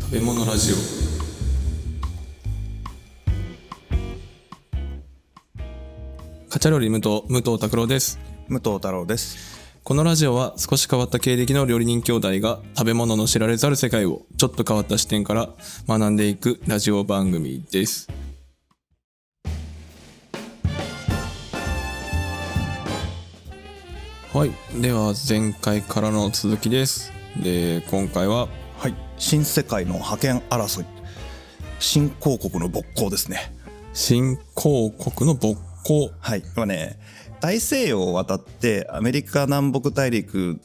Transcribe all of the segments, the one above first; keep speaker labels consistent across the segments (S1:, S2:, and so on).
S1: 食べ物ラジオカチャ料理無糖武藤拓郎です
S2: 武藤太郎です。
S1: このラジオは少し変わった経歴の料理人兄弟が食べ物の知られざる世界をちょっと変わった視点から学んでいくラジオ番組ですはいでは前回からの続きですで今回は
S2: はい、新世界の覇権争い、新興国の勃興ですね。
S1: 新興国の勃興
S2: はい、まあね、大西洋を渡ってアメリカ南北大陸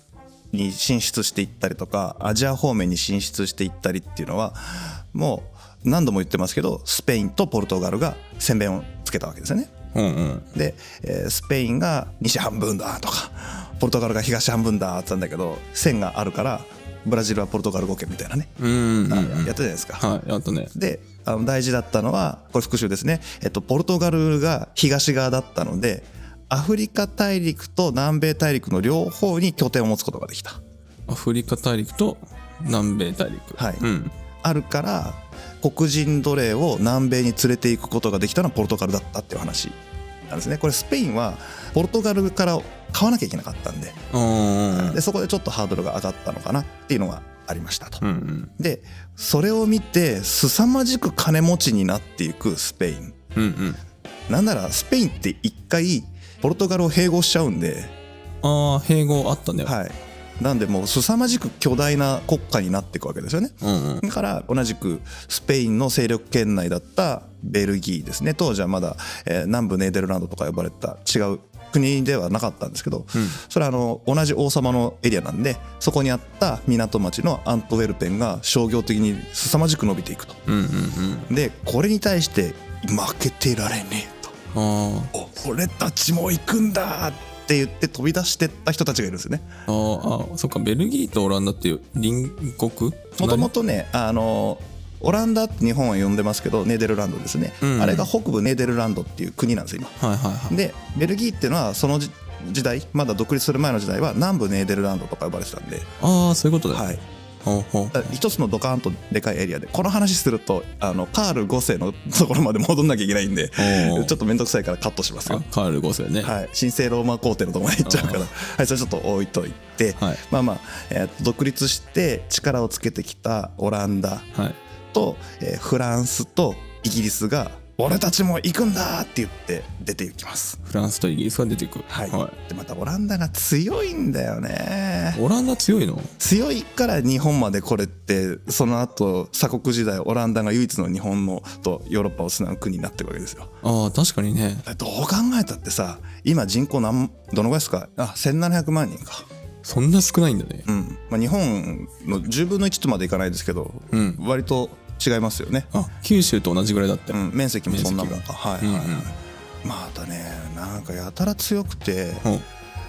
S2: に進出していったりとか、アジア方面に進出していったりっていうのは、もう何度も言ってますけど、スペインとポルトガルが先鞭をつけたわけですよね。
S1: うんうん
S2: で、えースペインが西半分だとかポルトガルが東半分だって言ったんだけど線があるからブラジルはポルトガル語圏みたいなね、
S1: うんうんうん
S2: やったじゃないですか。
S1: はいあとね
S2: であの大事だったのはこれ復習ですね、えっと、ポルトガルが東側だったのでアフリカ大陸と南米大陸の両方に拠点を持つことができた。
S1: アフリカ大陸と南米大陸
S2: はい
S1: うん
S2: あるから黒人奴隷を南米に連れていくことができたのはポルトガルだったっていう話なんですねこれスペインはポルトガルから買わなきゃいけなかったんで
S1: うんうん
S2: でそこでちょっとハードルが上がったのかなっていうのがありましたと。
S1: うんうん
S2: でそれを見て凄まじく金持ちになっていくスペイン。
S1: うんうん
S2: なんならスペインって一回ポルトガルを併合しちゃうんで、
S1: ああ併合あったね
S2: はい、なんでもう凄まじく巨大な国家になっていくわけですよね。
S1: うんうん
S2: だから同じくスペインの勢力圏内だったベルギーですね当時はまだ、えー南部ネーデルランドとか呼ばれてた違う国ではなかったんですけど、それはあの同じ王様のエリアなんでそこにあった港町のアントウェルペンが商業的に凄まじく伸びていくと
S1: うんうん
S2: でこれに対して負けてられねえと
S1: うんあ
S2: お俺たちも行くんだって言って飛び出してった人たちがいるんですよね
S1: ーあーあそっかベルギーとオランダっていう隣国
S2: もともとねあのオランダって日本は呼んでますけどネーデルランドですね、
S1: うん
S2: あれが北部ネーデルランドっていう国なんですよ
S1: はいはいはい
S2: 今でベルギーっていうのはその時時代まだ独立する前の時代は南部ネーデルランドとか呼ばれてたんで、
S1: ああそういうことだ
S2: はい、
S1: ほうほう
S2: だから一つのドカーンとでかいエリアでこの話するとあのカール5世のところまで戻んなきゃいけないんで
S1: おうおう
S2: ちょっと面倒くさいからカットします
S1: あ
S2: よ、
S1: カール5世ね
S2: はい、神聖ローマ皇帝のところまで行っちゃうから、はい、それちょっと置いといて、
S1: はい
S2: まあまあ、えーと独立して力をつけてきたオランダ
S1: はい
S2: と、えーフランスとイギリスが「俺たちも行くんだ!」って言って出て行きます。
S1: フランスとイギリスが出てくる
S2: はいでまたオランダが強いんだよね。
S1: オランダ強いの
S2: 強いから日本までこれってその後鎖国時代オランダが唯一の日本のとヨーロッパをつなぐ国になっていくわけですよ。
S1: ああ確かにね
S2: だからどう考えたってさ今人口何どのぐらいですかあ1700万人か。
S1: そんな少ないんだね
S2: うんまあ、日本の10分の1とまでいかないですけど、
S1: うん
S2: 割と違いますよね、
S1: あ九州と同じぐらいだった
S2: う
S1: よ
S2: ん、面積もそんなもんかはいはい、はい
S1: うんうん
S2: またねなんかやたら強くて
S1: ほう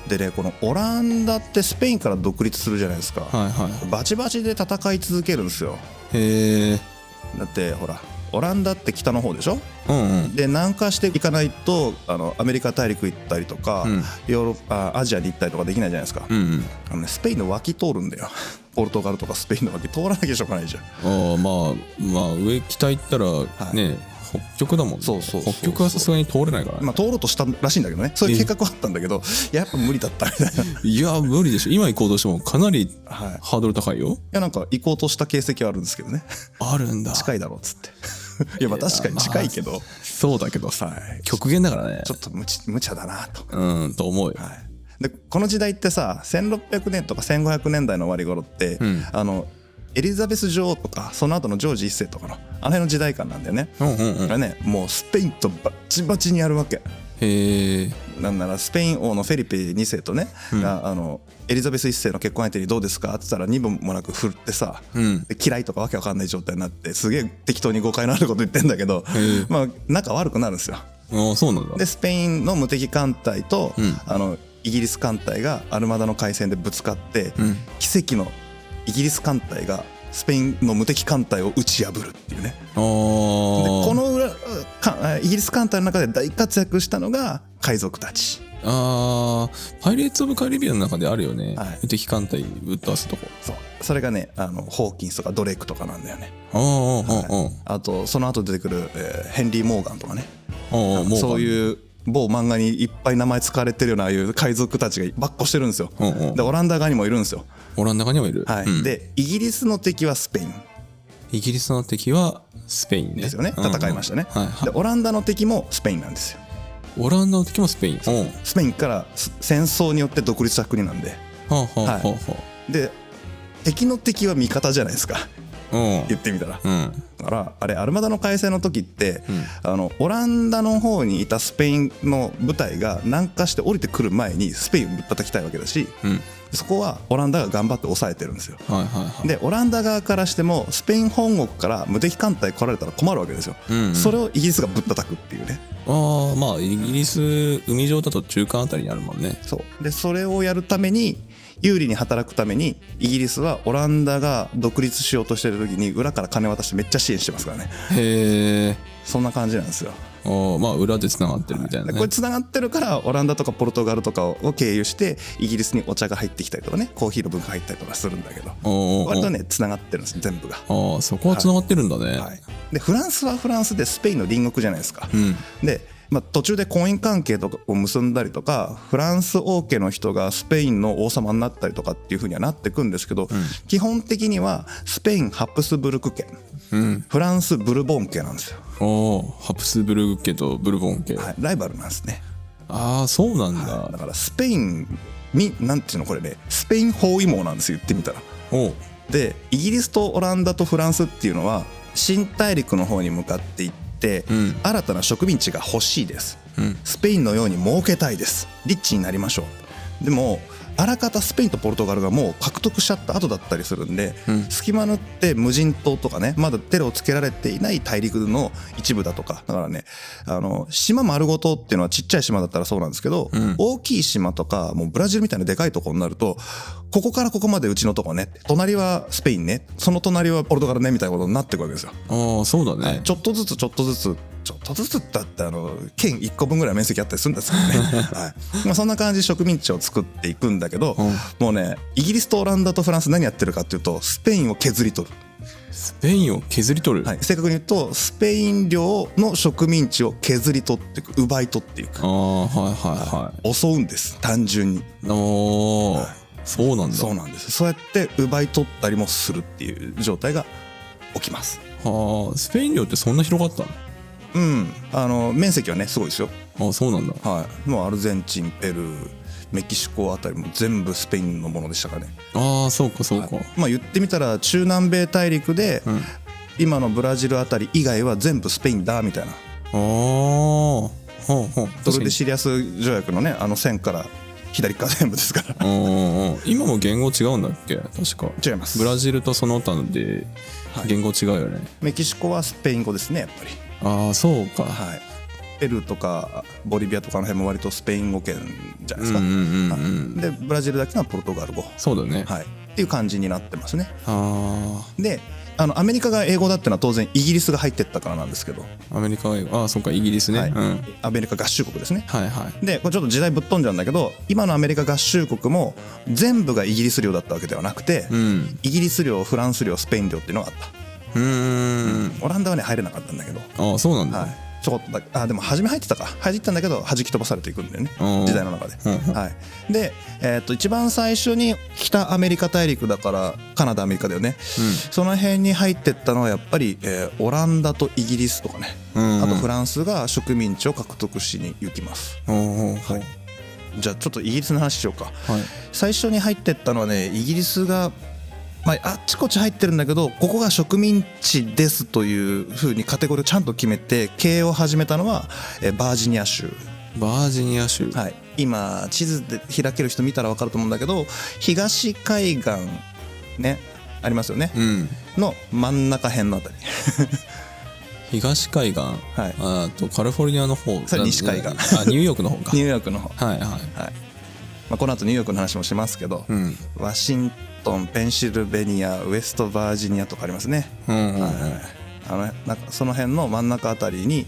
S2: でねこのオランダってスペインから独立するじゃないですか、
S1: はいは
S2: バチバチで戦い続けるんですよ
S1: いへえ
S2: だってほらオランダって北の方でしょ
S1: うんうん
S2: で南下していかないとあのアメリカ大陸行ったりとか、
S1: うん
S2: ヨーロッパアジアに行ったりとかできないじゃないですか、
S1: うんうん
S2: あのね、スペインの脇通るんだよ ポルトガルとかスペインの脇通らなきゃしょうがないじゃん
S1: ああまあまあ上北行ったら
S2: い
S1: ね、北極だもんね
S2: そうそうそうそう
S1: 北極はさすがに通れないから、ね
S2: まあ、通ろうとしたらしいんだけどねそういう計画はあったんだけどやっぱ無理だったみたいない
S1: いや無理でしょ今行こうとしてもかなり
S2: はい
S1: ハードル高いよ
S2: やなんか行こうとした形跡はあるんですけどね
S1: あるんだ
S2: 近いだろうっつっていやまあ確かに近いけど、
S1: そうだけどさ
S2: はい、
S1: 極限だからね
S2: ちょっと無知無茶だなと、
S1: うんと思うよ
S2: はい、でこの時代ってさ1600年とか1500年代の終わり頃って、
S1: ん
S2: あのエリザベス女王とかその後のジョージ一世とかのあの辺の時代感なんだよね、
S1: うんうんうん
S2: だからねもうスペインとバッチバチにやるわけ
S1: へえ
S2: なんならスペイン王のフェリペ2世とね、があのエリザベス1世の結婚相手にどうですかって言ったら2分もなく振ってさ、
S1: うん
S2: で嫌いとかわけわかんない状態になってすげえ適当に誤解のあること言ってんだけど、
S1: え
S2: まあ、仲悪くなるんですよ。
S1: ああそうなんだ
S2: でスペインの無敵艦隊と、
S1: うん
S2: あのイギリス艦隊がアルマダの海戦でぶつかって、
S1: うん
S2: 奇跡のイギリス艦隊がスペインの無敵艦隊を打ち破るっていうね。
S1: ああ
S2: でこ
S1: こ
S2: の裏かイギリス艦隊の中で大活躍したのが海賊たち。
S1: あーパイレーツ・オブ・カリビアンの中であるよね、
S2: はい
S1: 敵艦隊ぶっ飛ばすとこ
S2: そうそれがねあのホーキンスとかドレイクとかなんだよね
S1: ああああ
S2: あとその後出てくる、えーヘンリー・モーガンとかね
S1: ああもう
S2: そう
S1: う
S2: いう某漫画にいっぱい名前使われてるようなああいう海賊たちがばっこしてるんですよ、
S1: うんうん
S2: でオランダ側にもいるんですよ、
S1: オランダ側にもいる、
S2: はい
S1: うん
S2: でイギリスの敵はスペイン
S1: イギリスの敵はスペインね
S2: ですよね戦いましたね、
S1: うんうんはいはい
S2: でオランダの敵もスペインなんですよ
S1: オランダの敵もスペインうんは
S2: スペインからす戦争によって独立した国なんで
S1: あはあはあは
S2: で敵の敵は味方じゃないですか
S1: あうん
S2: 言ってみたら
S1: うん
S2: だからあれアルマダの開戦の時って、
S1: うん
S2: あのオランダの方にいたスペインの部隊が南下して降りてくる前にスペインをぶったたきたいわけだし
S1: うん
S2: そこはオランダが頑張って抑えてるんですよ
S1: はいはいはい
S2: でオランダ側からしてもスペイン本国から無敵艦隊来られたら困るわけですよ、
S1: うんうん
S2: それをイギリスがぶったたくっていうね
S1: ああまあイギリス海上だと中間あたりにあるもんね
S2: そうでそれをやるために有利に働くためにイギリスはオランダが独立しようとしてる時に裏から金渡してめっちゃ支援してますからね
S1: へえ
S2: そんな感じなんですよ
S1: ああまあ裏でつながってるみたいな
S2: で
S1: ね、
S2: これ繋がってるからオランダとかポルトガルとかを経由してイギリスにお茶が入ってきたりとかねコーヒーの文化入ったりとかするんだけど
S1: おうおうおう
S2: 割とね繋がってるんです全部が、
S1: ああそこはつながってるんだね、
S2: はい、でフランスはフランスでスペインの隣国じゃないですか、
S1: うん
S2: で、まあ、途中で婚姻関係とかを結んだりとかフランス王家の人がスペインの王様になったりとかっていうふうにはなってくんですけど、基本的にはスペインハプスブルク家、フランスブルボン家なんですよ、
S1: おおハプスブルグ家とブルボン家、
S2: はい、ライバルなんですね
S1: ああそうなんだ、
S2: だからスペインみなんていうのこれねスペイン包囲網なんですよ言ってみたら
S1: おう
S2: でイギリスとオランダとフランスっていうのは新大陸の方に向かっていって、
S1: ん
S2: 新たな植民地が欲しいです、
S1: うん
S2: スペインのように儲けたいですリッチになりましょうでもあらかたスペインとポルトガルがもう獲得しちゃった後だったりするんで、
S1: うん
S2: 隙間縫って無人島とかねまだテロをつけられていない大陸の一部だとかだからねあの島丸ごとっていうのはちっちゃい島だったらそうなんですけど、
S1: ん
S2: 大きい島とかもうブラジルみたいなでかいとこになるとここからここまでうちのとこね隣はスペインねその隣はポルトガルねみたいなことになっていくわけですよ。
S1: ああそうだね、
S2: ちょっとずつちょっとずつちょっとずつだってあの県1個分ぐらい面積あったりするんですけどね、 はいまあ、そんな感じで植民地を作っていくんだけど、
S1: うん
S2: もうねイギリスとオランダとフランス何やってるかっていうとスペインを削り取る、
S1: スペインを削り取る、
S2: はい、正確に言うとスペイン領の植民地を削り取っていく奪い取っていく
S1: ああはいはいはい
S2: 襲うんです単純に
S1: おお、
S2: はい
S1: そうなんだ
S2: そうなんですそうやって奪い取ったりもするっていう状態が起きます
S1: はあスペイン領ってそんな広がった
S2: うんあの面積はねすごいですよ
S1: のああそうなんだ
S2: はい、もうアルゼンチンペルーメキシコあたりも全部スペインのものでしたからね、
S1: ああそうかそうか、
S2: まあ、言ってみたら中南米大陸で、
S1: うん
S2: 今のブラジルあたり以外は全部スペインだみたいな
S1: ああはあはあ
S2: そ
S1: 確か
S2: れ
S1: に
S2: でシリアス条約のねあの線から左側全部ですから
S1: うんうんうん今も言語違うんだっけ確か
S2: 違います
S1: ブラジルとその他で
S2: はい
S1: 言語違うよね、
S2: メキシコはスペイン語ですねやっぱり、
S1: ああそうか、
S2: はい、ペルーとかボリビアとかの辺も割とスペイン語圏じゃないです
S1: う
S2: か、
S1: んうんうんうん
S2: はいでブラジルだけがポルトガル語、
S1: そうだね、
S2: はい、っていう感じになってますね
S1: あ
S2: であのアメリカが英語だってのは当然イギリスが入ってったからなんですけど、
S1: あアメリカは英語ああそうかイギリスね、
S2: はい
S1: うん
S2: アメリカ合衆国ですね
S1: はいはい
S2: でこれちょっと時代ぶっ飛んじゃうんだけど今のアメリカ合衆国も全部がイギリス領だったわけではなくて、
S1: うん
S2: イギリス領フランス領スペイン領っていうのがあっ
S1: うーん
S2: たオランダはね入れなかったんだけど、
S1: ああそうなんだ、
S2: はい、ちょこっとだけあでも初め入ってたか入ってたんだけど弾き飛ばされていくんだよね
S1: うん
S2: 時代の中で、
S1: うん
S2: はい、で、えーっと一番最初に北アメリカ大陸だからカナダアメリカだよね、その辺に入ってったのはやっぱり、えーオランダとイギリスとかね、
S1: うんうん
S2: あとフランスが植民地を獲得しに行きます
S1: おうおうはい
S2: じゃあちょっとイギリスの話しようか、
S1: はい
S2: 最初に入ってったのはねイギリスが、まあ、あっちこっち入ってるんだけどここが植民地ですというふうにカテゴリーをちゃんと決めて経営を始めたのはえーバージニア州、
S1: バージニア州、
S2: はい、今地図で開ける人見たら分かると思うんだけど東海岸ねありますよね、
S1: うん
S2: の真ん中辺のあたり
S1: 東海岸、はいあとカリフォルニアの方
S2: それ西海岸
S1: なんあニューヨークの方か
S2: ニューヨークの方、はい
S1: はいはい
S2: まあ、この後ニューヨークの話もしますけど、
S1: うん
S2: ワシントンペンシルベニアウェストバージニアとかありますね
S1: うんうんうん
S2: あのなんかその辺の真ん中あたりに、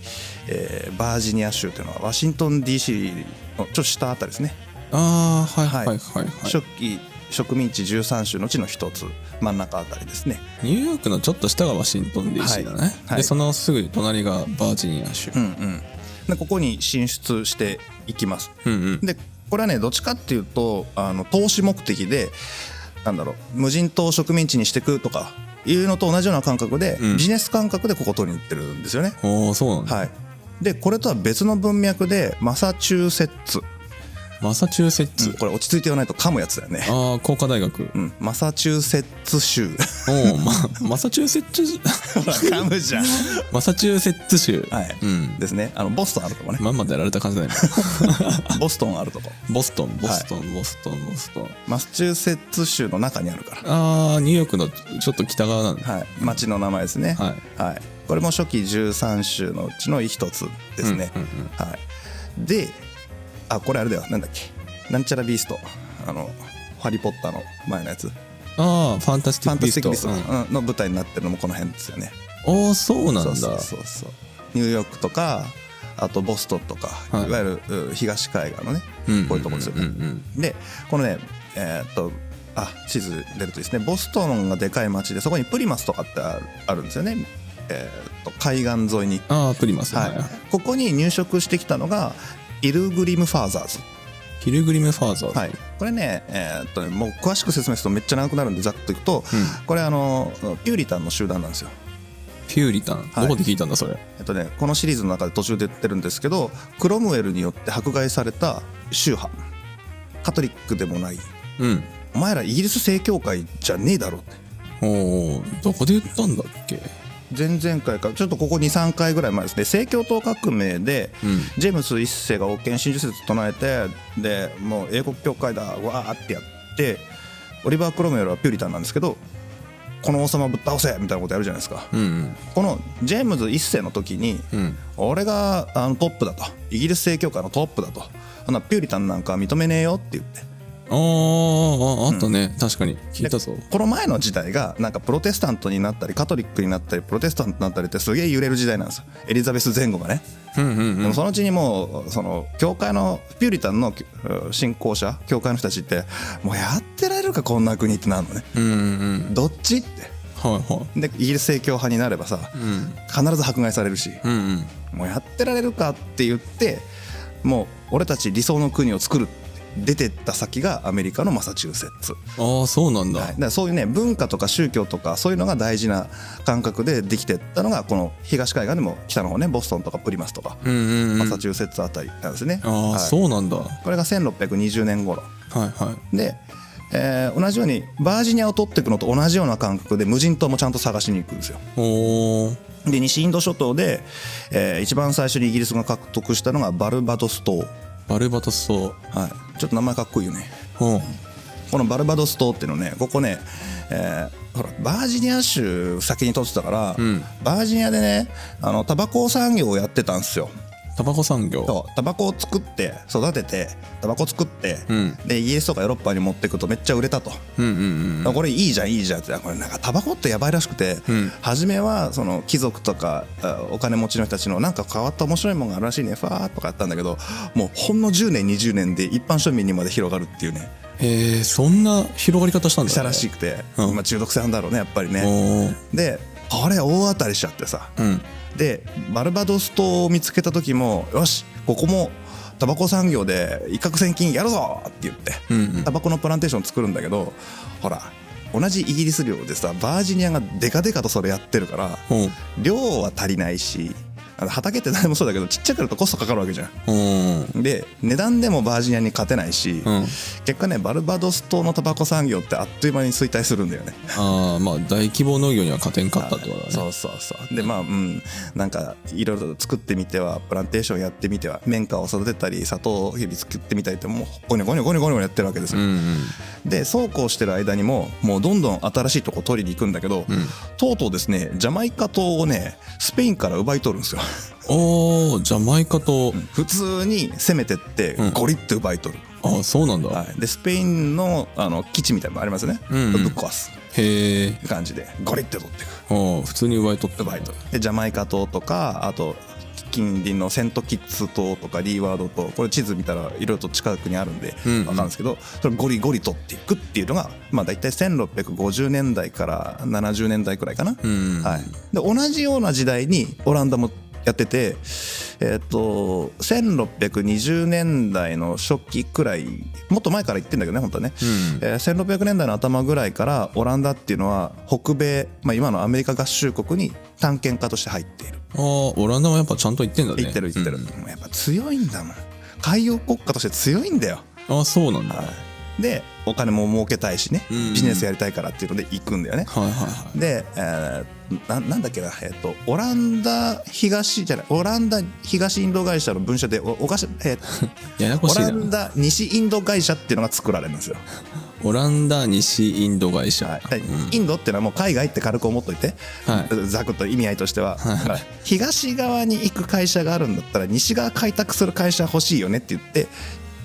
S2: えーバージニア州というのはワシントン DC ちょっと下あたりですね
S1: ああはいは
S2: はいい
S1: はいはい、
S2: 初期植民地13州のうちの一つ真ん中あたりですね
S1: ニューヨークのちょっと下がワシントン DC だね、
S2: はいは
S1: で
S2: い
S1: そのすぐ隣がバージニア州、
S2: うんうんでここに進出していきます
S1: うん、うん
S2: でこれはねどっちかっていうとあの投資目的でなんだろう無人島を植民地にしていくとかいうのと同じような感覚で、
S1: うん
S2: ビジネス感覚でここを取りに行ってるんですよね。
S1: おおそうなんだ、
S2: はい、でこれとは別の文脈でマサチューセッツ、
S1: マサチューセッツ、
S2: これ落ち着いて言わないと噛むやつだよね。
S1: ああ工科大学
S2: うん、マサチューセッ ツ州
S1: お お、ま、マサチューセッツ
S2: 噛むじゃん、
S1: マサチューセッツ州
S2: はい
S1: うん
S2: ですねあのボストンあるとこね
S1: まんまでやられた感じだよね
S2: ボストンあるとこ
S1: ボストンボストン、ボストンボストン
S2: マサチューセッツ州の中にあるか
S1: ああニューヨークのちょっと北側なんだ
S2: ら、はい、町の名前ですね、
S1: はい
S2: はい、これも初期13州のうちの一つですね、
S1: うんうん
S2: はい、であこれあれだよなんだっけなんちゃらビーストあの「ハリー・ポッター」の前のやつ「
S1: ああファンタス
S2: フ
S1: ティ
S2: ァ
S1: ック
S2: ンタ
S1: ビー
S2: ス
S1: ス
S2: ティッ
S1: ト
S2: ク・ビーストうん」の舞台になってるのもこの辺ですよね
S1: おおそうなんだ
S2: そうそうそうそうニューヨークとかあとボストンとか、
S1: はい
S2: い、わゆるう東海岸のね、
S1: んんん
S2: こういうとこですよ
S1: う
S2: ね、
S1: んうん
S2: でこのねえーっとあ地図出るといいですねボストンがでかい町でそこにプリマスとかってあるあるんですよね、えーっと海岸沿いに
S1: ああプリマスね
S2: はい、ここに入植してきたのがイルグリム・ファーザーズ、
S1: ヒルグリムファーザーズ
S2: はい、これね,、えーっとねもう詳しく説明するとめっちゃ長くなるんでざっといくと、これあのピューリタンの集団なんですよ。
S1: ピューリタン
S2: は
S1: ど
S2: い
S1: こで聞いたんだそれ
S2: えっとね、このシリーズの中で途中で言ってるんですけどクロムウェルによって迫害された宗派カトリックでもない
S1: うん
S2: お前らイギリス正教会じゃねえだろって
S1: おおどこで言ったんだっけ
S2: 前々回からちょっとここ23回ぐらい前ですね正教徒革命で、
S1: うん
S2: ジェームス一世が王権真実説唱えてでもう英国教会だわーってやってオリバー・クロメルはピューリタンなんですけどこの王様ぶっ倒せみたいなことやるじゃないですか、
S1: うん
S2: このジェームズ一世の時に、
S1: うんうん
S2: 俺があのトップだとイギリス正教会のトップだとあんなピューリタンなんか認めねえよって言って
S1: あーああったね、確かに聞い
S2: で
S1: たぞ
S2: この前の時代がなんかプロテスタントになったりカトリックになったりプロテスタントになったりってすげえ揺れる時代なんですよエリザベス前後がね、
S1: うんうん
S2: でもそのうちにもうその教会のピューリタンのうん信仰者教会の人たちってもうやってられるかこんな国ってなるのね
S1: うんうんうん
S2: どっちって
S1: はいは
S2: でイギリス正教派になればさ
S1: いうん
S2: 必ず迫害されるし
S1: うんうん
S2: もうやってられるかって言ってもう俺たち理想の国を作るって出てった先がアメリカのマサチューセッツ
S1: ああそうなんだ、
S2: はい、だからそういうね文化とか宗教とかそういうのが大事な感覚でできてったのがこの東海岸でも北の方ねボストンとかプリマスとか、
S1: うんうんうん
S2: マサチューセッツあたりなんですね。
S1: ああ、
S2: はい
S1: そうなんだは
S2: これが1620年頃
S1: いはい
S2: で、えー同じようにバージニアを取っていくのと同じような感覚で無人島もちゃんと探しに行くんですよ。
S1: おお
S2: で西インド諸島で、えー一番最初にイギリスが獲得したのがバルバドス島、
S1: バルバトス島
S2: はい、ちょっと名前かっこいいよね。
S1: うん
S2: このバルバドス島っていうのねここね、えーほらバージニア州先に取ってたから、
S1: ん
S2: バージニアでねあのタバコ産業をやってたんですよ
S1: タバコ産業
S2: そうタバコを作って育ててタバコ作って、
S1: うん
S2: でイギリスとかヨーロッパに持ってくとめっちゃ売れたと、
S1: うんうん
S2: これいいじゃんいいじゃんってこれなんかタバコってやばいらしくて、
S1: ん
S2: 初めはその貴族とかあお金持ちの人たちのなんか変わった面白いもんがあるらしいねファーとかやったんだけどもうほんの10年20年で一般庶民にまで広がるっていうね
S1: うんへえそんな広がり方したんだ、ね、
S2: したらしくて、
S1: うん
S2: まあ、中毒性なんだろうねやっぱり
S1: お
S2: ね
S1: お
S2: であれ大当たりしちゃってさ
S1: うん
S2: でバルバドス島を見つけた時もよしここもタバコ産業で一攫千金やるぞって言って、
S1: うんうん
S2: タバコのプランテーション作るんだけどほら同じイギリス領でさバージニアがデカデカとそれやってるから
S1: うん
S2: 量は足りないしあの畑って何もそうだけどちっちゃくなるとコストかかるわけじゃん
S1: うん
S2: で値段でもバージニアに勝てないし、
S1: うん
S2: 結果ねバルバドス島のタバコ産業ってあっという間に衰退するんだよね
S1: ああまあ大規模農業には勝てんかったってことだね
S2: そうそうそうでまあうんなんかいろいろ作ってみてはプランテーションやってみては綿花を育てたり砂糖日々作ってみたりってもうゴニョゴニョゴニョゴニョやってるわけです
S1: う
S2: よ、
S1: んうん
S2: でそうこうしてる間にももうどんどん新しいとこ取りに行くんだけど、とうとうですねジャマイカ島をねスペインから奪い取るんですよ
S1: おおジャマイカと、
S2: 普通に攻めてって
S1: うん
S2: ゴリッと奪い取る、
S1: ああそうなんだ、
S2: はい、でスペインのあの基地みたいなのありますよね、
S1: うんうん
S2: ぶっ壊す
S1: へえ
S2: 感じでゴリッて取っていく
S1: ああ普通に奪い取った
S2: 奪い取るでジャマイカ島とかあとキ近隣のセントキッツ島とかリーワード島これ地図見たらいろいろと近くにあるんで
S1: うんう
S2: 分
S1: ん
S2: かるんですけどそれゴリゴリ取っていくっていうのがまあ大体1650年代から70年代くらいかな。
S1: うん
S2: はい、で同じような時代にオランダもやってて、えっと1620年代の初期くらいもっと前から言ってんだけどね本当はね、
S1: うん
S2: えー1600年代の頭ぐらいからオランダっていうのは北米、まあ、今のアメリカ合衆国に探検家として入っている
S1: ああオランダもやっぱちゃんと行ってんだね
S2: 行ってる行ってる、
S1: うん
S2: やっぱ強いんだもん海洋国家として強いんだよ
S1: ああそうなんだはい
S2: でお金も儲けたいしね
S1: うん
S2: ビジネスやりたいからっていうので行くんだよね、
S1: はいはい
S2: で、えーななんだっけな、えっとオランダ東じゃないオランダ東インド会社の分社でおおかし、え ー
S1: ややこ
S2: オ
S1: しいな
S2: ランダ西インド会社っていうのが作られるんですよ、
S1: オランダ西インド会社、
S2: はいで
S1: うん
S2: インドっていうのはもう海外って軽く思っといて、
S1: は
S2: ざくっと意味合いとしては、
S1: はい
S2: だから東側に行く会社があるんだったら西側開拓する会社欲しいよねって言って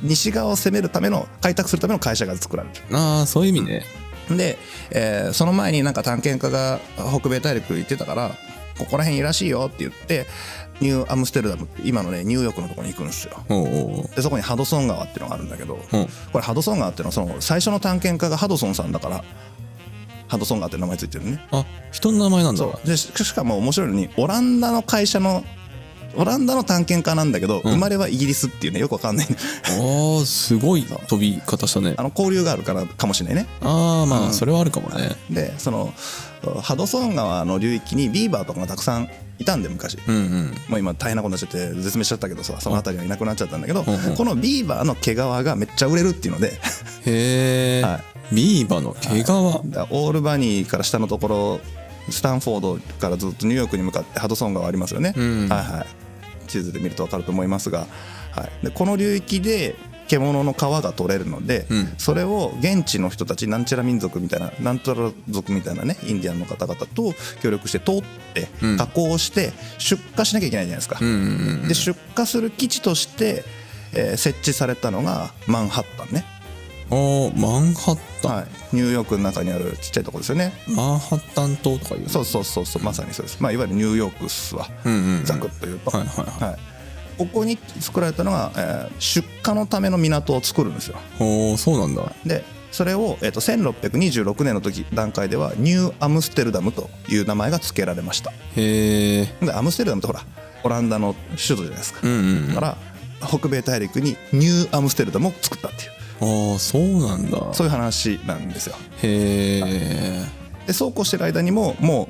S2: 西側を攻めるための開拓するための会社が作られる
S1: ああそういう意味ね、
S2: で、えーその前になんか探検家が北米大陸行ってたからここら辺いいらしいよって言ってニューアムステルダムって今のねニューヨークのとこに行くんですよ
S1: おうおうおう
S2: でそこにハドソン川っていうのがあるんだけど
S1: うん
S2: これハドソン川っていうのはその最初の探検家がハドソンさんだからハドソン川って名前ついてるね
S1: あ人の名前なんだ
S2: そうでししかも面白いのにオランダの会社のオランダの探検家なんだけど、
S1: うん
S2: 生まれはイギリスっていうねよくわかんない
S1: ああすごい飛び方したね
S2: あの交流があるからかもしれないね
S1: ああま
S2: う
S1: あ
S2: ん
S1: それはあるかもね、
S2: でそのハドソン川の流域にビーバーとかがたくさんいたんで昔
S1: うんうん
S2: もう今大変なことになっちゃって絶滅しちゃったけどさその辺りはいなくなっちゃったんだけど、
S1: うんうん
S2: このビーバーの毛皮がめっちゃ売れるっていうので
S1: へえ、
S2: は
S1: ビーバの毛皮、
S2: だからオールバニーから下のところスタンフォードからずっとニューヨークに向かってハドソン川ありますよね、
S1: うん
S2: はいはい、地図で見ると分かると思いますが、はい、でこの流域で獣の皮が取れるので、
S1: うん
S2: それを現地の人たちなんちゃら民族みたいななんちゃら族みたいなねインディアンの方々と協力して取って
S1: うん
S2: 加工して出荷しなきゃいけないじゃないですか。
S1: うんうんうん
S2: で出荷する基地として、えー設置されたのがマンハッタンね、
S1: おーマンハッタン、
S2: はい、ニューヨークの中にあるちっちゃいとこですよね
S1: マンハッタン島とかいう
S2: そうそうそうそうまさにそうです、まあ、いわゆるニューヨークっすわ、
S1: うんうんうん
S2: ざくっと言うと、
S1: はいはいはい
S2: はいここに作られたのが、えー出荷のための港を作るんですよ
S1: おおそうなんだ
S2: でそれを、えー、と1626年の時段階ではニューアムステルダムという名前が付けられました
S1: へえ
S2: でアムステルダムってほらオランダの首都じゃないですか、
S1: うんうん
S2: だから北米大陸にニューアムステルダムを作ったっていう
S1: ああそうなんだ
S2: そういう話なんですよ
S1: へえ
S2: でそうこうしてる間にもも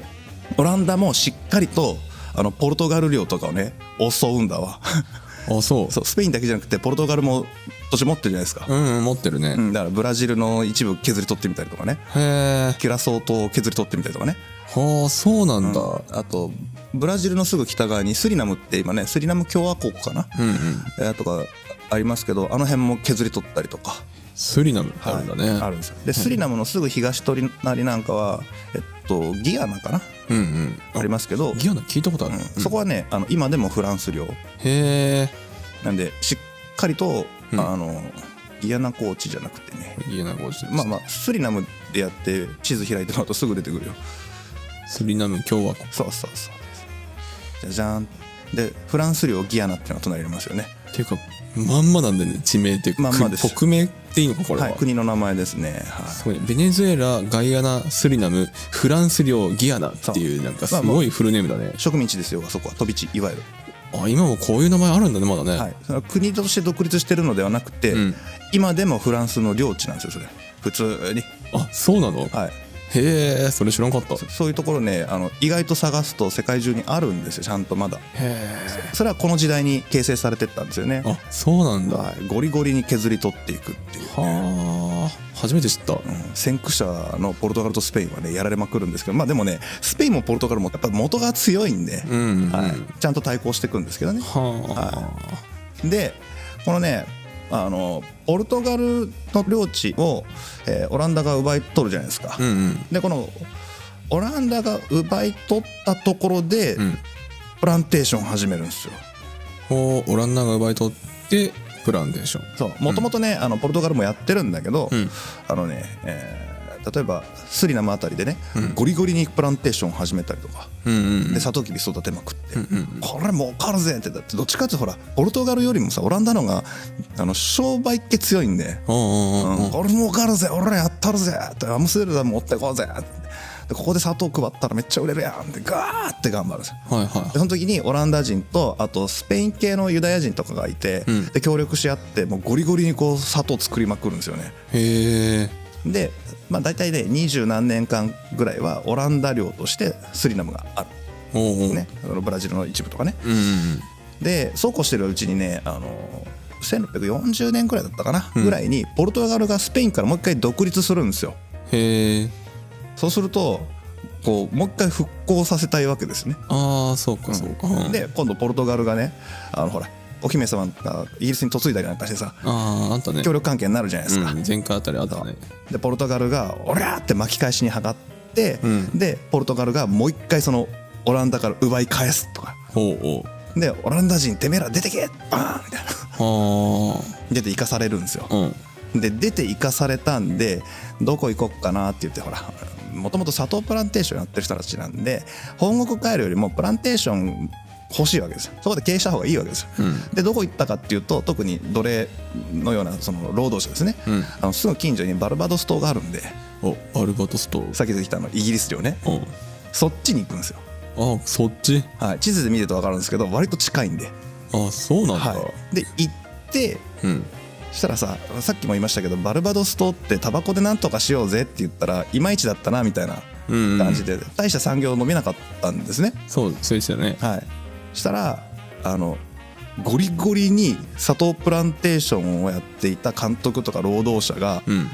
S2: うオランダもしっかりとあのポルトガル領とかをね襲うんだわ
S1: あそう
S2: そうスペインだけじゃなくてポルトガルも土地持ってるじゃないですか、
S1: うんうん持ってるね、
S2: うん、だからブラジルの一部削り取ってみたりとかね
S1: へえ
S2: キュラソー島を削り取ってみたりとかね
S1: ああそうなんだ、
S2: あとブラジルのすぐ北側にスリナムって今ねスリナム共和国かな、
S1: うんうん
S2: えーとかありますけどあの辺も削り取ったりとか
S1: スリナムあるんだね、
S2: はいあるんですよでスリナムのすぐ東隣なんかは、えっと、ギアナかな
S1: うんうん
S2: ありますけど、
S1: ギアナ聞いたことある、
S2: そこはねあの今でもフランス領
S1: へえ
S2: なんでしっかりと、
S1: うん
S2: あのギアナ高地じゃなくてね
S1: ギアナゴジ
S2: まあまあスリナムでやって地図開いてもらうとすぐ出てくるよ
S1: スリナム共和国
S2: そうそうそうじゃじゃーんでフランス領ギアナっていうのが隣にありますよね
S1: っていうかまんまなんだね地名っていうか
S2: まんまです
S1: 国名っていいのかこれは、
S2: はい国の名前ですねはい
S1: すごいねベネズエラガイアナスリナムフランス領ギアナっていうなんかすごいフルネームだね、
S2: 植民地ですよそこは飛び地いわゆる、
S1: あ今もこういう名前あるんだねまだね、
S2: はい、その国として独立してるのではなくて、
S1: うん
S2: 今でもフランスの領地なんですよそれ普通に
S1: あそうなの、
S2: はい
S1: へえそれ知らんかったへ
S2: そういうところねあの意外と探すと世界中にあるんですよちゃんとまだ
S1: え
S2: それはこの時代に形成されてったんですよね、
S1: あそうなんだは
S2: はい、ゴリゴリに削り取っていくっていう、
S1: あ初めて知った、
S2: うん先駆者のポルトガルとスペインはねやられまくるんですけどまあでもねスペインもポルトガルもやっぱ元が強いんで、
S1: うんうんうん
S2: はい、ちゃんと対抗していくんですけどね
S1: はあ、
S2: でこのねあのポルトガルの領地を、えーオランダが奪い取るじゃないですか、
S1: うんうん
S2: でこのオランダが奪い取ったところで、
S1: うん
S2: プランテーションを始めるんですよ
S1: おオランダが奪い取ってプランテーション
S2: そうもともとね、あのポルトガルもやってるんだけど、
S1: うん
S2: あのね、え例えばスリナムあたりでね、ゴリゴリにプランテーション始めたりとか、
S1: うんうん
S2: でサトウキビ育てまくって、これ儲かるぜってだってどっちかっていうとほらポルトガルよりもさオランダの方があの商売っ気強いんで、
S1: おうおうおう
S2: うん、俺儲かるぜ俺らやったるぜってアムステルダム持ってこうぜってでここで砂糖配ったらめっちゃ売れるやんってガーって頑張るんですよ
S1: はいは
S2: でその時にオランダ人とあとスペイン系のユダヤ人とかがいて、
S1: うん
S2: で協力し合ってもうゴリゴリにこう砂糖作りまくるんですよね
S1: いへえ
S2: で、まあ、大体ね二十何年間ぐらいはオランダ領としてスリナムがある
S1: おうおう
S2: ね、あのブラジルの一部とかね
S1: うんうん
S2: でそうこうしてるうちにねあの1640年ぐらいだったかな、ぐらいにポルトガルがスペインからもう一回独立するんですよ
S1: へえ
S2: そうするとこうもう一回復興させたいわけですね、
S1: ああそうかそうか、うん、
S2: で今度ポルトガルがねあのほらお姫様がイギリスに嫁いだりなんかしてさ
S1: あああったね
S2: 協力関係になるじゃないですか、
S1: うん、前回あたりあったね
S2: でポルトガルが「オラ!」って巻き返しにはがって、
S1: うん
S2: でポルトガルがもう一回そのオランダから奪い返すとか
S1: ほうおう
S2: でオランダ人てめえら出てけバーンみたいな
S1: あ
S2: 出て行かされるんですよ
S1: あうん
S2: で出て行かされたんでどこ行こっかなって言ってほらもともと砂糖プランテーションやってる人たちなんで本国帰るよりもプランテーション欲しいわけですよそこで経営した方がいいわけですよ、
S1: うん
S2: でどこ行ったかっていうと特に奴隷のようなその労働者ですね、
S1: うん
S2: あのすぐ近所にバルバドス島があるんで
S1: おバルバトス島
S2: さっき出てきたあのイギリス領ね
S1: うん
S2: そっちに行くんですよ、
S1: あそっち
S2: はい、地図で見ると分かるんですけど割と近いんで、
S1: あそうなんだ、
S2: はい、で行って
S1: うん
S2: したらささっきも言いましたけどバルバドス島ってタバコでなんとかしようぜって言ったらいまいちだったなみたいな
S1: うん
S2: 感じで、大した産業を飲めなかったんですね
S1: そうそうでしたね
S2: はいしたらあのゴリゴリに砂糖プランテーションをやっていた監督とか労働者が
S1: うん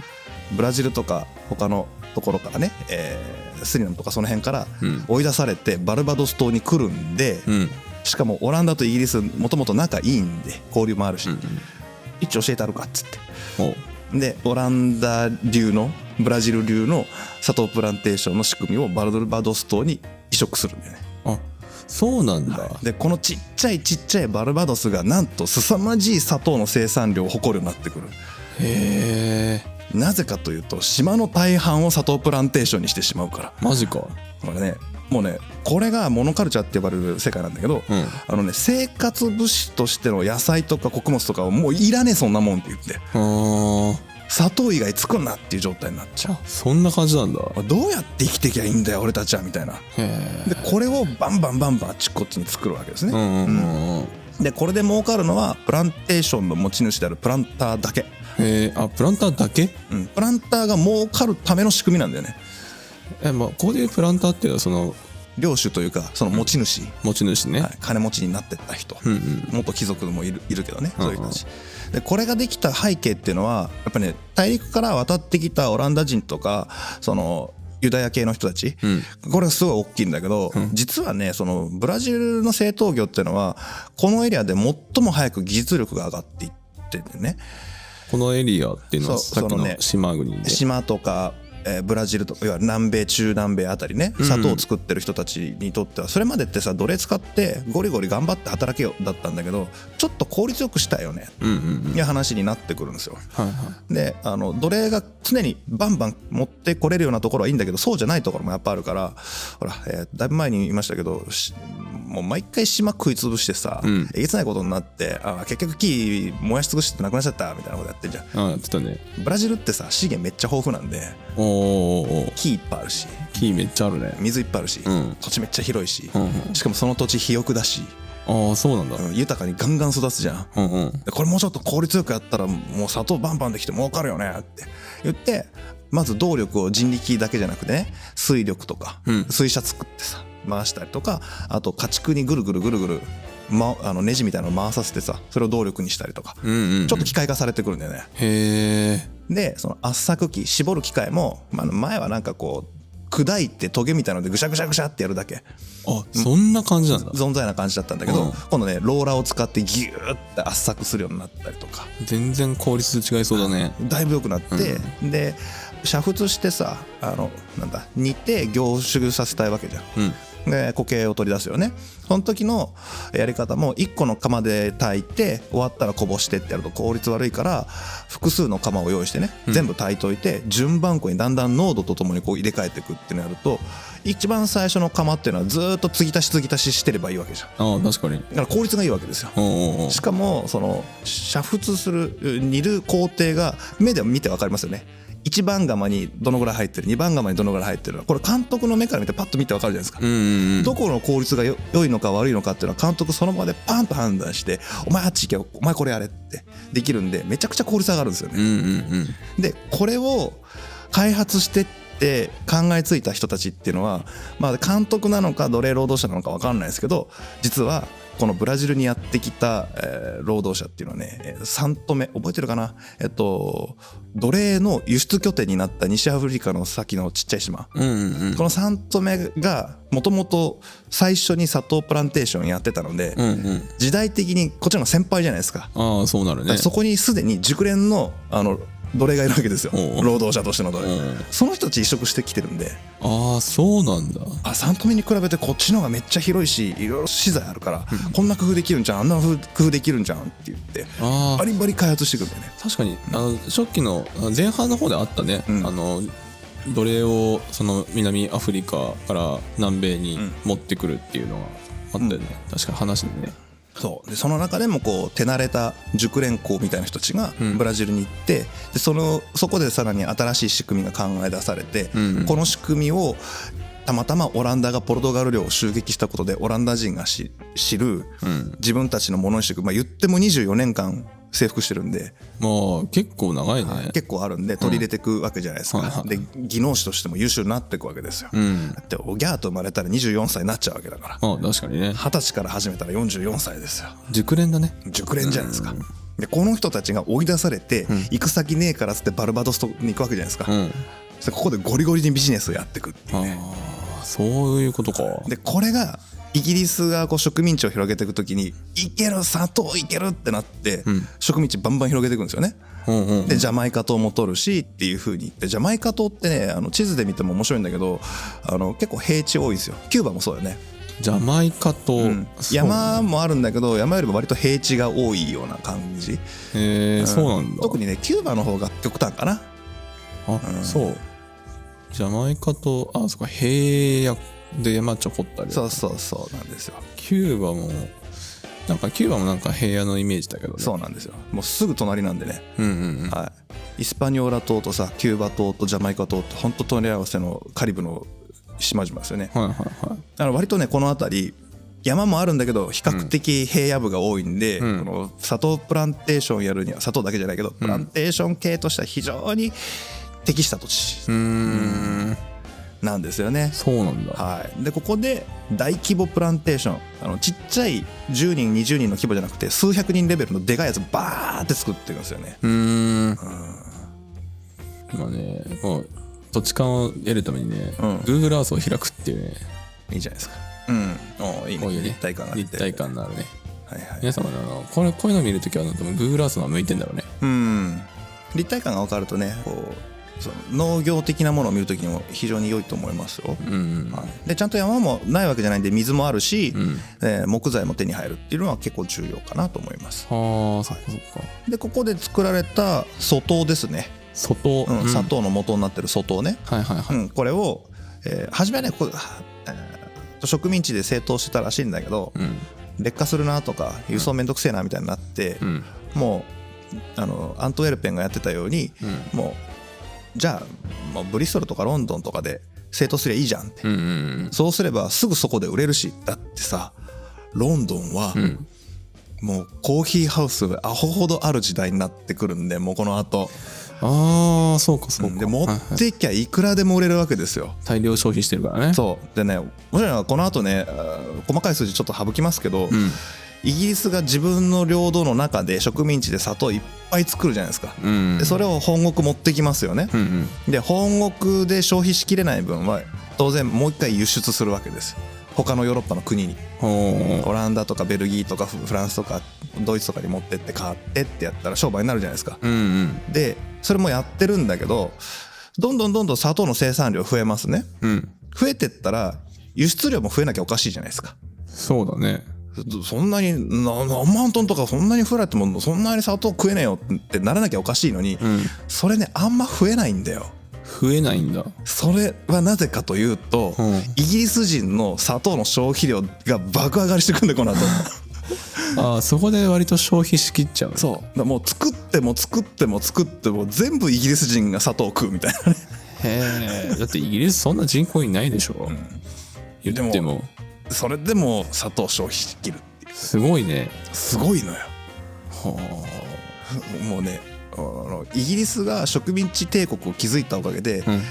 S2: ブラジルとか他のところからね、えースリナムとかその辺から
S1: うん
S2: 追い出されてバルバドス島に来るんで、
S1: うん
S2: しかもオランダとイギリスもともと仲いいんで交流もあるし、
S1: うん
S2: 一応教えてあるかっつって
S1: お
S2: でオランダ流のブラジル流の砂糖プランテーションの仕組みをバルバドス島に移植するんだよね、
S1: あそうなんだ、
S2: でこのちっちゃいちっちゃいバルバドスがなんと凄まじい砂糖の生産量を誇るようになってくる
S1: へえ
S2: なぜかというと島の大半を砂糖プランテーションにしてしまうから
S1: マジか
S2: これねもうねこれがモノカルチャーって呼ばれる世界なんだけど、
S1: うん
S2: あのね生活物資としての野菜とか穀物とかはもういらねえそんなもんって言って
S1: ああ
S2: 砂糖以外作んなっていう状態になっちゃう
S1: そんな感じなんだ
S2: どうやって生きてきゃいいんだよ俺たちはみたいな
S1: へえ
S2: でこれをバンバンバンバンあっちこっちに作るわけです
S1: う
S2: ね、
S1: んうんうんうん
S2: でこれで儲かるのはプランテーションの持ち主であるプランターだけ、
S1: へえあプランターだけ
S2: うん、プランターが儲かるための仕組みなんだよね
S1: えまあここでいうプランターっていうのはその
S2: 領主というかその持ち主、
S1: 持ち主ね、
S2: はい金持ちになってった人、
S1: うんうん
S2: 元貴族もいるいるけどねそういう人たち、でこれができた背景っていうのはやっぱね大陸から渡ってきたオランダ人とかそのユダヤ系の人たち、
S1: ん
S2: これがすごい大きいんだけど、実はねそのブラジルの製糖業っていうのはこのエリアで最も早く技術力が上がっていっててね
S1: このエリアっていうのは
S2: そ
S1: さ
S2: う
S1: っき
S2: その
S1: の
S2: ね
S1: 島国で、
S2: 島とか、えーブラジルとかいわゆる南米中南米あたりね砂糖を作ってる人たちにとってはそれまでってさ奴隷使ってゴリゴリ頑張って働けよだったんだけどちょっと効率よくしたいよね
S1: うんうんうん
S2: いう話になってくるんですよ。
S1: はいはい
S2: であの奴隷が常にバンバン持ってこれるようなところはいいんだけどそうじゃないところもやっぱあるからほら、えーだいぶ前に言いましたけどしもう毎回島食い潰してさ、
S1: うん
S2: えげつないことになってあー結局木燃やし尽くしてなくなっちゃったみたいなことやってんじゃん
S1: あやってたね
S2: ブラジルってさ資源めっちゃ豊富なんで
S1: おーおーおー
S2: 木いっぱいあるし
S1: 木めっちゃあるね
S2: 水いっぱいあるし、
S1: うん
S2: 土地めっちゃ広いし、
S1: うんうん
S2: しかもその土地肥沃だし、
S1: ああそうなんだ
S2: うん豊かにガンガン育つじゃん
S1: うんうん
S2: でこれもうちょっと効率よくやったらもう砂糖バンバンできて儲かるよねって言ってまず動力を人力だけじゃなくてね水力とか、
S1: うん
S2: 水車作ってさ回したりとかあと家畜にぐるぐるぐるぐる、ま、あのネジみたいなの回させてさそれを動力にしたりとか、
S1: うんうんうん
S2: ちょっと機械化されてくるんだよね。
S1: へえ
S2: でその圧搾機絞る機械も、まあ、前はなんかこう砕いてトゲみたいなのでぐしゃぐしゃぐしゃってやるだけ
S1: あそんな感じなんだ
S2: 存在な感じだったんだけど、
S1: うん
S2: 今度ねローラーを使ってギューって圧搾するようになったりとか
S1: 全然効率違いそうだね
S2: だいぶ良くなって、で煮沸してさあのなんだ煮て凝縮させたいわけじゃん。
S1: うん
S2: で固形を取り出すよねその時のやり方も1個の釜で炊いて終わったらこぼしてってやると効率悪いから複数の釜を用意してね
S1: うん
S2: 全部炊いといて順番こにだんだん濃度とともにこう入れ替えていくっていうのをやると一番最初の釜っていうのはずーっと継ぎ足し継ぎ足ししてればいいわけじゃん
S1: ああ、確かに。
S2: だから効率がいいわけですよ
S1: おうおうおう
S2: しかもその煮沸する煮る工程が目で見て分かりますよね1番釜にどのぐらい入ってる2番釜にどのぐらい入ってるこれ監督の目から見てパッと見て分かるじゃないですか
S1: うんうんうん。
S2: どこの効率がよ良いのか悪いのかっていうのは監督その場でパンと判断してお前あっち行けお前これやれってできるんでめちゃくちゃ効率上がるんですよ
S1: うん
S2: ね。
S1: うん
S2: でこれを開発してって考えついた人たちっていうのはまあ監督なのか奴隷労働者なのか分かんないですけど実はこのブラジルにやってきた、えー労働者っていうのはね、えーサントメ覚えてるかなえっと奴隷の輸出拠点になった西アフリカの先のちっちゃい島。
S1: うん。うんうんうん
S2: こ。のサントメがもともと最初に砂糖プランテーションやってたので、
S1: うんうん。
S2: 時代的にこっちの方が先輩じゃないですか,、
S1: ああ、そうなるね。
S2: そこにすでに熟練のあの奴隷がいるわけですよ
S1: おう
S2: 労働者としての奴
S1: う
S2: 隷
S1: ん
S2: その人たち移植してきてるんで
S1: ああ、そうなんだ。
S2: あサントメに比べてこっちの方がめっちゃ広いしいろいろ資材あるから、こんな工夫できるんじゃんあんな工夫できるんじゃんって言って
S1: ああ
S2: バ。リバリ開発していくんだよね
S1: 確かに、あの初期のあ前半の方であったね、
S2: うん
S1: あの奴隷をその南アフリカから南米に
S2: ん
S1: 持ってくるっていうのがあったよね、確かに話でね
S2: そうでその中でもこう手慣れた熟練校みたいな人たちが
S1: うん
S2: ブラジルに行って、でそのそこでさらに新しい仕組みが考え出されて、
S1: うんうん
S2: この仕組みをたまたまオランダがポルトガル領を襲撃したことでオランダ人がし知る
S1: うん
S2: 自分たちのものにしていく、まあ、言っても24年間征服してるんで、
S1: まあ結構長いね、
S2: 結構あるんで取り入れていくわけじゃないですか、
S1: はいはい
S2: で技能士としても優秀になっていくわけですよ、
S1: うん
S2: だっておギャーと生まれたら24歳になっちゃうわけだから
S1: まあ確かにね
S2: 二十歳から始めたら44歳ですよ
S1: 熟練だね
S2: 熟練じゃないですか、でこの人たちが追い出されて、行く先ねえからっつってバルバドスに行くわけじゃないですか、
S1: うん
S2: そしてここでゴリゴリにビジネスをやっていくっていうね
S1: ああそういうことか
S2: でこれがイギリスがこう植民地を広げていく時にいける砂糖いけるってなって、
S1: ん
S2: 植民地バンバン広げていくんですよね
S1: うんうんうん
S2: でジャマイカ島も取るしっていう風に言ってジャマイカ島ってねあの地図で見ても面白いんだけどあの結構平地多いんですよキューバもそうだよね
S1: ジャマイカと、そう
S2: 山もあるんだけど山よりも割と平地が多いような感じ
S1: へえそうなんだ
S2: 特にねキューバの方が極端かな
S1: あ、そうジャマイカとあそっか平野で山ちょこったり
S2: そうそうそうなんですよ
S1: キューバもなんかキューバもなんか平野のイメージだけどね
S2: そうなんですよもうすぐ隣なんでね、
S1: うんうんうん
S2: はい、イスパニオラ島とさキューバ島とジャマイカ島って本当隣り合わせのカリブの島々ですよね
S1: はいはいはい
S2: だから割とねこの辺り山もあるんだけど比較的平野部が多いんで、
S1: うん
S2: この砂糖プランテーションやるには砂糖だけじゃないけど、プランテーション系としては非常に適した土地
S1: うーん
S2: なんですよね。
S1: そうなんだ
S2: はい、でここで大規模プランテーションあのちっちゃい10人20人の規模じゃなくて数百人レベルのでかいやつバーって作っていくんですよね。
S1: うーん今ねもう土地勘を得るためにね、
S2: うん
S1: Google Earth を開くっていうね
S2: いいじゃないですか。うん、おーいいね
S1: こういうね
S2: 立体感があって
S1: 立体感のあるね
S2: はいはい
S1: 皆様ねあのこれこういうの見るときはなんかもう Google Earth の方が向いてんだろうね
S2: うん立体感が分かるとねこうその農業的なものを見るときにも非常に良いと思いますよ、
S1: うんうん
S2: はい、でちゃんと山もないわけじゃないんで水もあるし、
S1: ん
S2: えー木材も手に入るっていうのは結構重要かなと思います
S1: はあそっかそっか
S2: でここで作られた粗糖ですね、
S1: 外、
S2: うん
S1: うん
S2: 砂糖の元になってる粗糖ね、
S1: はいはいは
S2: う
S1: い、
S2: ん、これを、えー初めはねここ、えー植民地で製糖してたらしいんだけど、
S1: うん
S2: 劣化するなとか輸送めんどくせえなみたいになって、
S1: うん
S2: もうあのアントウェルペンがやってたように、もうじゃあもうブリストルとかロンドンとかで正当すりゃいいじゃんって、
S1: うんうんうん
S2: そうすればすぐそこで売れるしだってさロンドンは、
S1: ん
S2: もうコーヒーハウスがアホほどある時代になってくるんでもうこの後
S1: ああそうかそうか、
S2: で持
S1: はいはい
S2: ってきゃいくらでも売れるわけですよ
S1: 大量消費してるからね
S2: そうでね面白いのはこの後ねあー細かい数字ちょっと省きますけど、
S1: ん
S2: イギリスが自分の領土の中で植民地で砂糖いっぱい作るじゃないですか、
S1: うん
S2: でそれを本国持ってきますよね、
S1: うんうん
S2: で本国で消費しきれない分は当然もう一回輸出するわけです他のヨーロッパの国に
S1: ほう
S2: オランダとかベルギーとかフフランスとかドイツとかに持ってって買ってってやったら商売になるじゃないですか
S1: うんうん
S2: でそれもやってるんだけどどんどんどんどん砂糖の生産量増えますね
S1: うん
S2: 増えてったら輸出量も増えなきゃおかしいじゃないですか
S1: そうだね。
S2: そんなにな何万トンとかそんなに増えてもそんなに砂糖食えねえよってならなきゃおかしいのに、
S1: うん。
S2: それねあんま増えないんだよ
S1: 増えないんだ。
S2: それはなぜかというと、
S1: うん
S2: イギリス人の砂糖の消費量が爆上がりしてくんで この後
S1: ああ、そこで割と消費しきっちゃう。
S2: そうだからもう作っても作っても作っても全部イギリス人が砂糖を食うみたいなね
S1: へえ。だってイギリスそんな人口いないでしょ。言っても
S2: でそれでも砂糖消費できるっていう
S1: すごいね。
S2: すごいのよ
S1: は
S2: もうねあのイギリスが植民地帝国を築いたおかげで、
S1: あ。うん。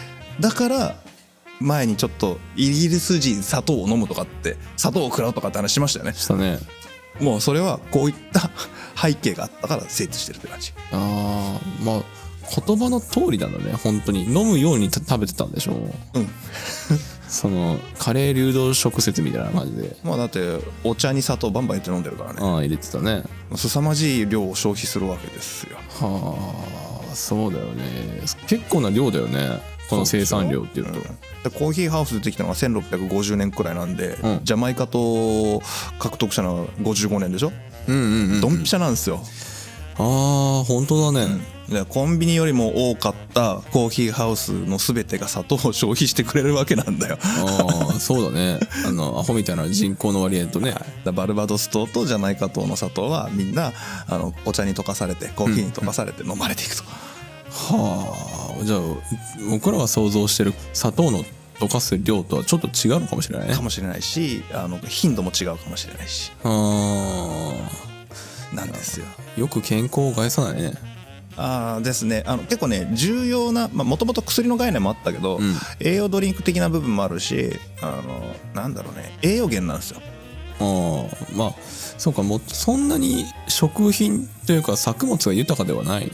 S2: だから前にちょっとイギリス人砂糖を飲むとかって砂糖を食らうとかって話しましたよね
S1: したね。
S2: もうそれはこういった 背景があったから成立してるって感じ
S1: ああ、まあ、言葉の通りなんだね、本当に。飲むようにた食べてたんでしょ
S2: うん
S1: その、カレー流動食説みたいな感じで。
S2: まあだってお茶に砂糖バンバン入れて飲んでるからね
S1: ああ、入れてたね。
S2: 凄まじい量を消費するわけですよ
S1: はあ、そうだよね。結構な量だよね。この生産量っていうと。
S2: でコーヒーハウス出てきたのが1650年くらいなんで、
S1: うん
S2: ジャマイカと獲得したのは55年でしょ、
S1: うんうんうん。
S2: ドンピシャなんですよ、
S1: ああ、本当だね。
S2: でコンビニよりも多かったコーヒーハウスの全てが砂糖を 消費してくれるわけなんだよ
S1: ああ、そうだ ね。あの、アホみたいな人口の割合とね。
S2: だバルバドス島とジャマイカ島の砂糖はみんなあのお茶に溶かされてコーヒーに溶かされて飲まれていくと、
S1: はあ、じゃあ、僕らが想像してる砂糖の溶かす量とはちょっと違うのかもしれないね
S2: か。もしれないしあの頻度も違うかもしれないし
S1: ああ。
S2: なんですよ
S1: よく健康を害さないね
S2: あーですねあの結構ね重要なもともと薬の概念もあったけど、
S1: うん
S2: 栄養ドリンク的な部分もあるしあのなんだろうね栄養源なんですよ
S1: ああまあそうかもうそんなに食品というか作物が豊かではない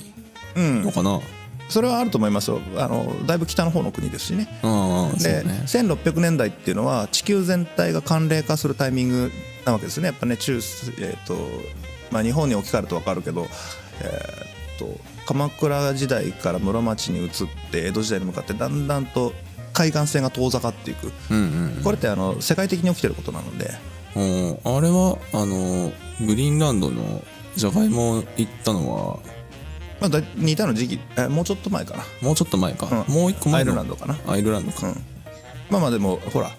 S2: うん
S1: のかな、
S2: それはあると思いますよあのだいぶ北の方の国ですしね
S1: ああそう
S2: で、
S1: ね
S2: 1600年代っていうのは地球全体が寒冷化するタイミングなわけですねやっぱね中、えーとまあ、日本に置き換えると分かるけど、えー、と鎌倉時代から室町に移って江戸時代に向かってだんだんと海岸線が遠ざかっていく
S1: うんうん
S2: これってあの世界的に起きてることなので
S1: うんあれはあのグリーンランドのジャガイモ行ったのは
S2: まあだ似たような時期えもうちょっと前か
S1: もうちょっと前か、
S2: うん
S1: もう一個
S2: な
S1: 前
S2: アイ
S1: の
S2: ルランドかな
S1: アイルランドか、
S2: うんまあまあでもほら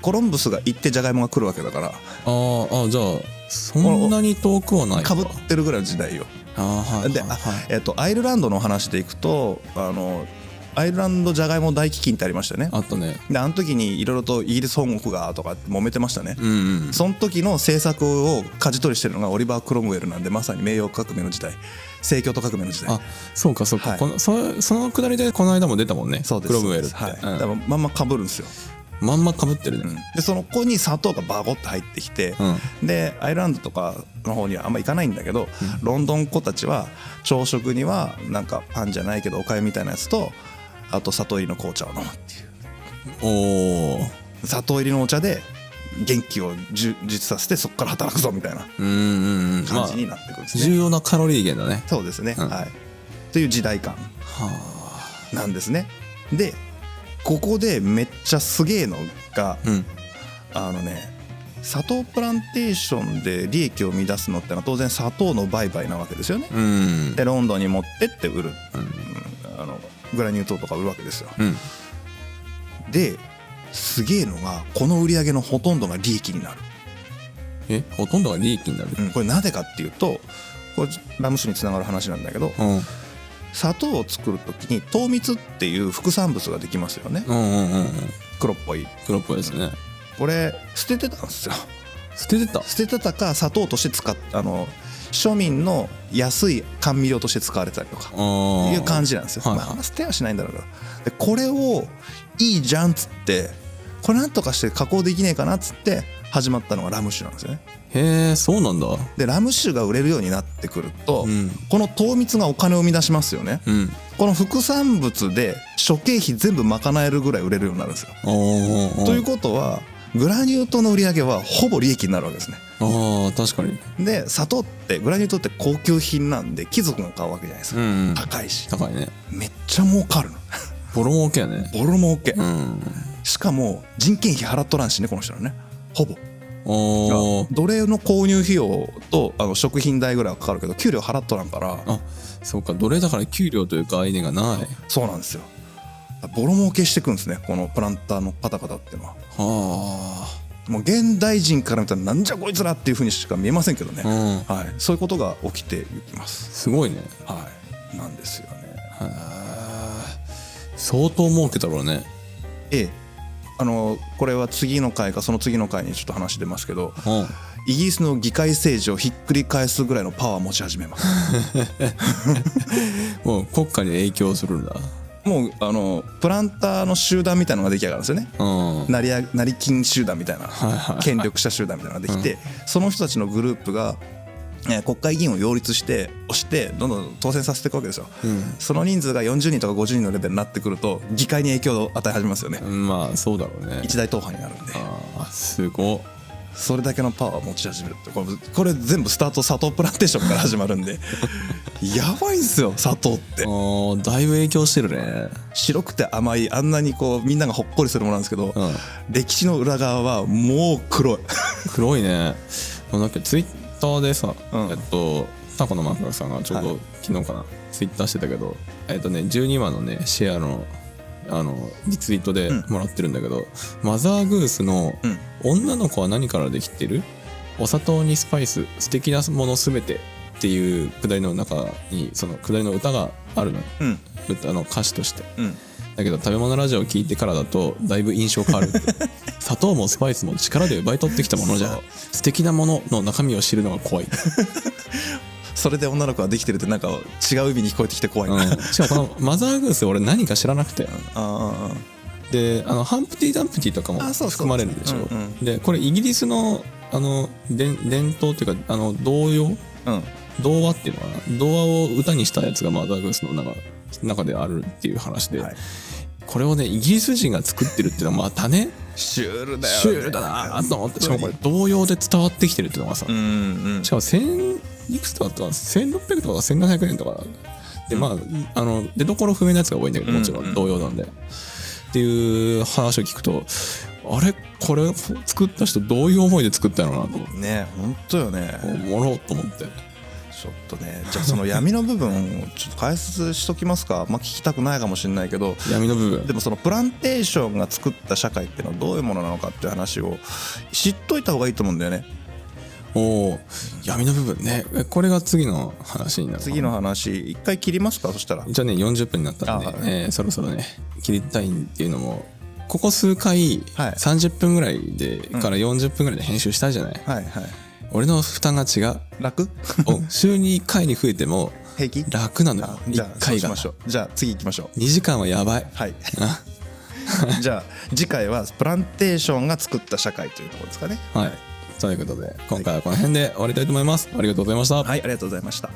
S2: コロンブスが行ってジャガイモが来るわけだから
S1: ああああじゃあそんなに遠くはない
S2: かぶってるぐらいの時代よ
S1: ああはい
S2: で、あ
S1: はいはい
S2: えっとアイルランドの話でいくとあのアイルランドじゃがいも大飢饉ってありましたよね
S1: あったね
S2: であの時にいろいろとイギリス本国がとかって揉めてましたね、
S1: うんうん
S2: その時の政策を舵取りしてるのがオリバー・クロムウェルなんでまさに名誉革命の時代政教と革命の時代
S1: あそうかそうか、
S2: はい
S1: このそそのくだりでこの間も出たもんね
S2: そうで
S1: ク
S2: す
S1: ロムウェルって、
S2: はい
S1: うん
S2: だからまんまかぶるんですよ、
S1: まんまかぶってるね、
S2: でその子に砂糖がバゴッと入ってきて、でアイルランドとかの方にはあんま行かないんだけど、ロンドン子たちは朝食にはなんかパンじゃないけどおかゆみたいなやつとあと砂糖入りの紅茶を飲むってい
S1: おお
S2: う砂糖入りのお茶で元気を充実させてそこから働くぞみたいな
S1: うんうんうんま
S2: 感
S1: あ
S2: じになってくるんですね、
S1: 重要なカロリー源だね
S2: そうですね、
S1: うん
S2: はいという時代感
S1: はあ
S2: なんですねでここでめっちゃすげえのが
S1: うん
S2: あのね砂糖プランテーションで利益を生み出すのってのは当然砂糖の売買なわけですよね
S1: うん
S2: でロンドンに持ってって売る、
S1: うん
S2: うんあのグラニュー糖とか売るわけですよ
S1: うん
S2: ですげえのがこの売り上げのほとんどが利益になる、
S1: えほとんどが利益になる
S2: うんこれなぜかっていうとこれラム酒につながる話なんだけど
S1: うんうん
S2: 砂糖を作る時に糖蜜っていう副産物ができますよね
S1: うんうんうん
S2: 黒っぽい
S1: 黒っぽいですね
S2: これ捨ててたんですよ
S1: 捨ててた
S2: 捨ててたか砂糖として使っあの庶民の安い甘味料として使われてたりとか
S1: あ
S2: いう感
S1: じ
S2: じなんですよ。
S1: はい
S2: まあ、あんま捨てはしないんだろうけど。で、これをいいじゃんっつって、これなんとかして加工できねえかなっつって始まったのがラム酒なんですよね。
S1: へえそうなんだ
S2: で、ラム酒が売れるようになってくると、
S1: うん
S2: この糖蜜がお金を生み出しますよね。
S1: うん
S2: この副産物で諸経費全部賄えるぐらい売れるようになるんですよ。
S1: おーお
S2: という
S1: う
S2: ことは、グラニュー糖の売り上げはほぼ利益になるわけですね。
S1: ああ確かに
S2: で、砂糖って、グラニュー糖って高級品なんで貴族が買うわけじゃないです
S1: う
S2: か。
S1: んうん
S2: 高いし。
S1: 高いね
S2: めっちゃ儲かるの。
S1: ボロ儲けやね
S2: ボロ儲け
S1: う。ん
S2: しかも人件費払っとらんしねこの人らねほぼ
S1: おー
S2: 奴隷の購入費用とあの食品代ぐらいはかかるけど給料払っとらんから
S1: あそうか奴隷だから給料という概念がない
S2: そうなんですよボロ儲けしていくんですねこのプランターの方々っていうのは
S1: は
S2: もう現代人から見たらなんじゃこいつらっていうふうにしか見えませんけどね、
S1: あうん
S2: はい、そういうことが起きていきます
S1: すごいね
S2: はいなんですよね
S1: はー相当儲けたろうね
S2: ええあのこれは次の回かその次の回にちょっと話出ますけど
S1: うん
S2: イギリスの議会政治をひっくり返すぐらいのパワーを持ち始めます
S1: もう国家に影響するんだ
S2: もうあのプランターの集団みたいなのが出来上がるんですよね
S1: うん
S2: 成りあ成金集団みたいな
S1: はいはい
S2: 権力者集団みたいなのができてその人たちのグループがえー国会議員を擁立して押してどんどん当選させていくわけですよ、
S1: ん
S2: その人数が40人とか50人のレベルになってくると議会に影響を与え始めますよね、
S1: まあそうだろうね
S2: 一大党派になるんで
S1: あーすご
S2: それだけのパワーを持ち始めるってこれこれ全部スタート砂糖プランテーションから始まる んでやばいんすよ砂糖って
S1: おーだいぶ影響してるね
S2: 白くて甘いあんなにこうみんながほっこりするものなんですけど、
S1: うん
S2: 歴史の裏側はもう黒い
S1: 黒いねもうなんかツイッターでさ、
S2: うん
S1: えっとタコのマフラーさんがちょう
S2: は
S1: ど
S2: い
S1: 昨日かな、ツイッターしてたけどえっとね12話のねシェアのあのリツイートで
S2: うん
S1: もらってるんだけど、マザーグースの
S2: うん
S1: 「女の子は何からできてるお砂糖にスパイス素敵なものすべて」っていうくだりの中にそのくだりの歌があるの
S2: うん
S1: 歌の歌詞として
S2: うん
S1: だけど食べ物ラジオを聞いてからだとだいぶ印象変わるって 砂糖もスパイスも力で奪い取ってきたものじ
S2: そ
S1: ゃ
S2: う
S1: 素敵なものの中身を知るのが 怖い、
S2: それで女の子ができてるってなんか違う意味に聞こえてきて怖いな、
S1: うん
S2: あ
S1: しかもこのマザーグース俺何か知らなくて
S2: あ
S1: であのハンプティ・ダンプティとかも
S2: あそうそう
S1: 含まれるでしょ
S2: うんうん
S1: でこれイギリスのあの伝伝統っていうかあの童謡
S2: ああうん
S1: 童話っていうのかな童話を歌にしたやつがマザーグースの中中であるっていう話で、
S2: はい
S1: これをねイギリス人が作ってるっていうのはまたね
S2: シュールだよ、ね、
S1: シュールだなと思ってしかもこれ童謡で伝わってきてるっていうのがさ、
S2: うんうん
S1: しかも1000いくつとかだったかな1600とか1700円とかでまあ,、あの出どころ不明なやつが多いんだけどもちろ
S2: うんうんん
S1: 童謡なんで、っていう話を聞くとあれこれ作った人どういう思いで作ったのかなと思って
S2: ね本当よね
S1: おもろっと思って
S2: ちょっとねじゃあその闇の部分をちょっと解説しときますか、まあ、聞きたくないかもしれないけど
S1: 闇の部分
S2: でもそのプランテーションが作った社会っていうのはどういうものなのかっていう話を知っといた方がいいと思うんだよね
S1: おお闇の部分ねえこれが次の話になる
S2: 次の話一回切りますかそしたら
S1: 一応ね40分になったんで、
S2: あはい
S1: えーそろそろね切りたいっていうのもここ数回
S2: はい
S1: 30分ぐらいで、から40分ぐらいで編集したじゃない、
S2: はいはい
S1: 俺の負担が違う
S2: 楽
S1: お週に1回に増えても
S2: 平気
S1: 楽なのよ
S2: あじ
S1: 1
S2: ゃあそう
S1: 回
S2: し
S1: が
S2: ましょうじゃあ次行きましょう
S1: 2時間はやばい
S2: はい
S1: あ
S2: じゃあ次回はプランテーションが作った社会というところですかね
S1: はいということで今回はこの辺で終わりたいと思いますありがとうございました
S2: はいありがとうございました